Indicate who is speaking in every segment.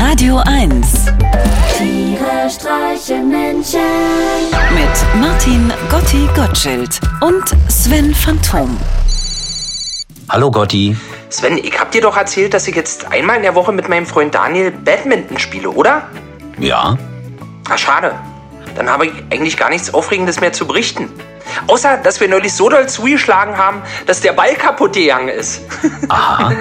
Speaker 1: Radio 1
Speaker 2: Tiere streichen Menschen.
Speaker 1: mit Martin Gotti Gottschild und Sven Phantom.
Speaker 3: Hallo Gotti.
Speaker 4: Sven, ich hab dir doch erzählt, dass ich jetzt einmal in der Woche mit meinem Freund Daniel Badminton spiele, oder?
Speaker 3: Ja?
Speaker 4: Ah, schade. Dann habe ich eigentlich gar nichts Aufregendes mehr zu berichten. Außer, dass wir neulich so doll zugeschlagen haben, dass der Ball kaputt gegangen ist.
Speaker 3: Aha.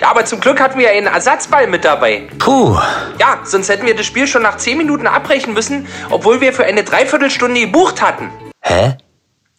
Speaker 4: Ja, aber zum Glück hatten wir einen Ersatzball mit dabei.
Speaker 3: Puh.
Speaker 4: Ja, sonst hätten wir das Spiel schon nach 10 Minuten abbrechen müssen, obwohl wir für eine Dreiviertelstunde gebucht hatten.
Speaker 3: Hä?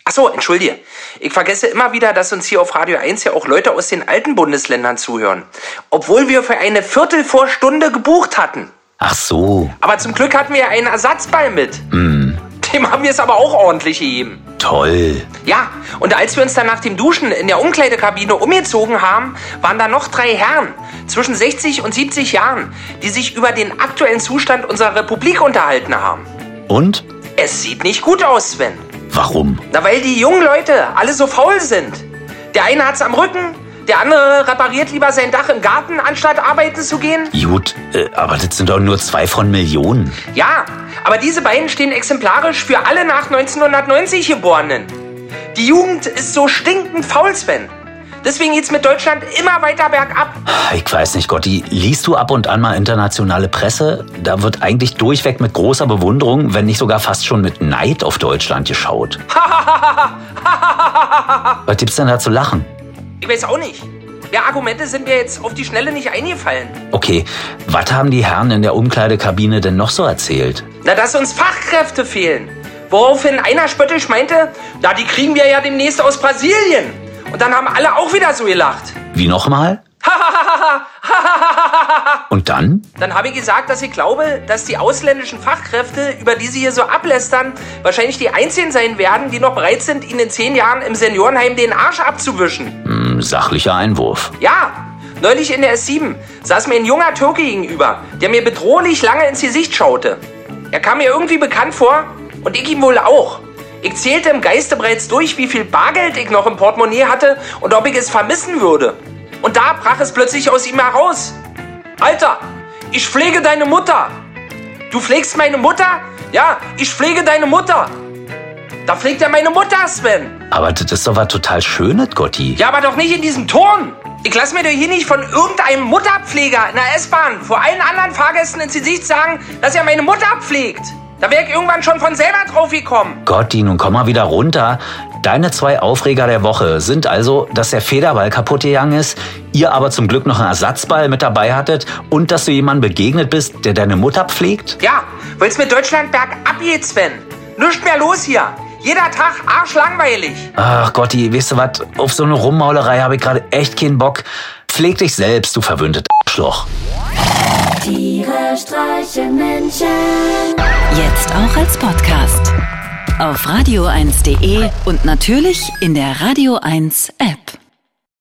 Speaker 4: Ach so, entschuldige. Ich vergesse immer wieder, dass uns hier auf Radio 1 ja auch Leute aus den alten Bundesländern zuhören. Obwohl wir für eine Viertel vor Stunde gebucht hatten.
Speaker 3: Ach so.
Speaker 4: Aber zum Glück hatten wir einen Ersatzball mit. Dem haben wir es aber auch ordentlich gegeben.
Speaker 3: Toll.
Speaker 4: Ja, und als wir uns dann nach dem Duschen in der Umkleidekabine umgezogen haben, waren da noch drei Herren zwischen 60 und 70 Jahren, die sich über den aktuellen Zustand unserer Republik unterhalten haben.
Speaker 3: Und?
Speaker 4: Es sieht nicht gut aus, Sven.
Speaker 3: Warum?
Speaker 4: Na, weil die jungen Leute alle so faul sind. Der eine hat's am Rücken, der andere repariert lieber sein Dach im Garten, anstatt arbeiten zu gehen.
Speaker 3: Gut, äh, aber das sind doch nur zwei von Millionen.
Speaker 4: Ja, aber diese beiden stehen exemplarisch für alle nach 1990 Geborenen. Die Jugend ist so stinkend faul, Sven. Deswegen geht's mit Deutschland immer weiter bergab.
Speaker 3: Ich weiß nicht, Gotti, liest du ab und an mal internationale Presse? Da wird eigentlich durchweg mit großer Bewunderung, wenn nicht sogar fast schon mit Neid auf Deutschland geschaut. Was gibt's denn da zu lachen?
Speaker 4: Ich weiß auch nicht. Ja, Argumente sind mir jetzt auf die Schnelle nicht eingefallen.
Speaker 3: Okay, was haben die Herren in der Umkleidekabine denn noch so erzählt?
Speaker 4: Na, dass uns Fachkräfte fehlen. Woraufhin einer spöttisch meinte, na, die kriegen wir ja demnächst aus Brasilien. Und dann haben alle auch wieder so gelacht.
Speaker 3: Wie nochmal? Und dann?
Speaker 4: Dann habe ich gesagt, dass ich glaube, dass die ausländischen Fachkräfte, über die sie hier so ablästern, wahrscheinlich die einzigen sein werden, die noch bereit sind, ihnen in zehn Jahren im Seniorenheim den Arsch abzuwischen.
Speaker 3: Hm, sachlicher Einwurf.
Speaker 4: Ja, neulich in der S7 saß mir ein junger Türke gegenüber, der mir bedrohlich lange ins Gesicht schaute. Er kam mir irgendwie bekannt vor und ich ihm wohl auch. Ich zählte im Geiste bereits durch, wie viel Bargeld ich noch im Portemonnaie hatte und ob ich es vermissen würde. Und da brach es plötzlich aus ihm heraus. Alter, ich pflege deine Mutter. Du pflegst meine Mutter? Ja, ich pflege deine Mutter. Da pflegt er meine Mutter, Sven.
Speaker 3: Aber das ist doch was total Schönes, Gotti.
Speaker 4: Ja, aber doch nicht in diesem Ton. Ich lasse mir doch hier nicht von irgendeinem Mutterpfleger in der S-Bahn vor allen anderen Fahrgästen ins Gesicht sagen, dass er meine Mutter pflegt. Da wäre ich irgendwann schon von selber drauf gekommen.
Speaker 3: Gotti, nun komm mal wieder runter. Deine zwei Aufreger der Woche sind also, dass der Federball kaputt gegangen ist, ihr aber zum Glück noch einen Ersatzball mit dabei hattet und dass du jemandem begegnet bist, der deine Mutter pflegt?
Speaker 4: Ja, weil's mit Deutschland bergab geht, Sven. Nicht mehr los hier. Jeder Tag arschlangweilig.
Speaker 3: Ach Gotti, weißt du was? Auf so eine Rummaulerei habe ich gerade echt keinen Bock. Pfleg dich selbst, du verwöhntes Arschloch.
Speaker 2: Tiere streichen Menschen.
Speaker 1: Jetzt auch als Podcast. Auf radio1.de und natürlich in der Radio 1 App.